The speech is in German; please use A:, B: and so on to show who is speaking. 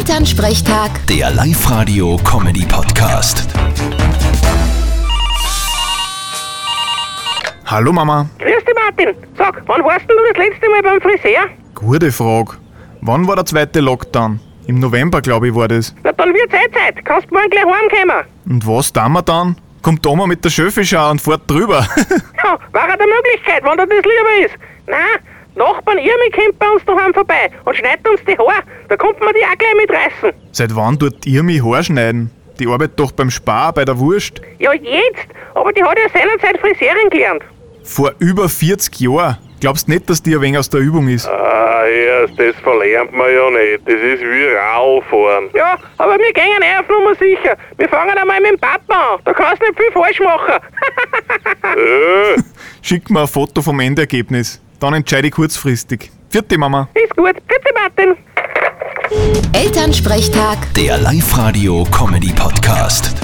A: Elternsprechtag,
B: Der Live-Radio-Comedy-Podcast.
C: Hallo Mama.
D: Grüß dich, Martin. Sag, wann warst denn du das letzte Mal beim Friseur?
C: Gute Frage. Wann war der zweite Lockdown? Im November, glaube ich, war das.
D: Na, dann wird's eh Zeit. Kannst morgen gleich heimkommen.
C: Und was tun wir dann? Kommt Oma mit der Schöfischer und fährt drüber.
D: Ja, war eine Möglichkeit, wenn dir das lieber ist. Nein, Nachbarn Irmi kommt bei uns daheim vorbei und schneidet uns die Haare. Da kommt man die auch gleich mitreißen.
C: Seit wann tut ihr mich Haarschneiden? Die arbeitet doch beim Spar, bei der Wurst.
D: Ja, jetzt. Aber die hat ja seinerzeit Friseurin gelernt.
C: Vor über 40 Jahren. Glaubst nicht, dass die ein wenig aus der Übung ist?
E: Ah, ja, das verlernt man ja nicht. Das ist wie Raufahren.
D: Ja, aber wir gehen eh auf Nummer sicher. Wir fangen einmal mit dem Papa an. Da kannst du nicht viel falsch machen.
E: Äh,
C: Schick mir ein Foto vom Endergebnis. Dann entscheide ich kurzfristig. Vierte Mama.
D: ist gut. Bitte, Martin.
A: Elternsprechtag.
B: Der Live-Radio-Comedy-Podcast.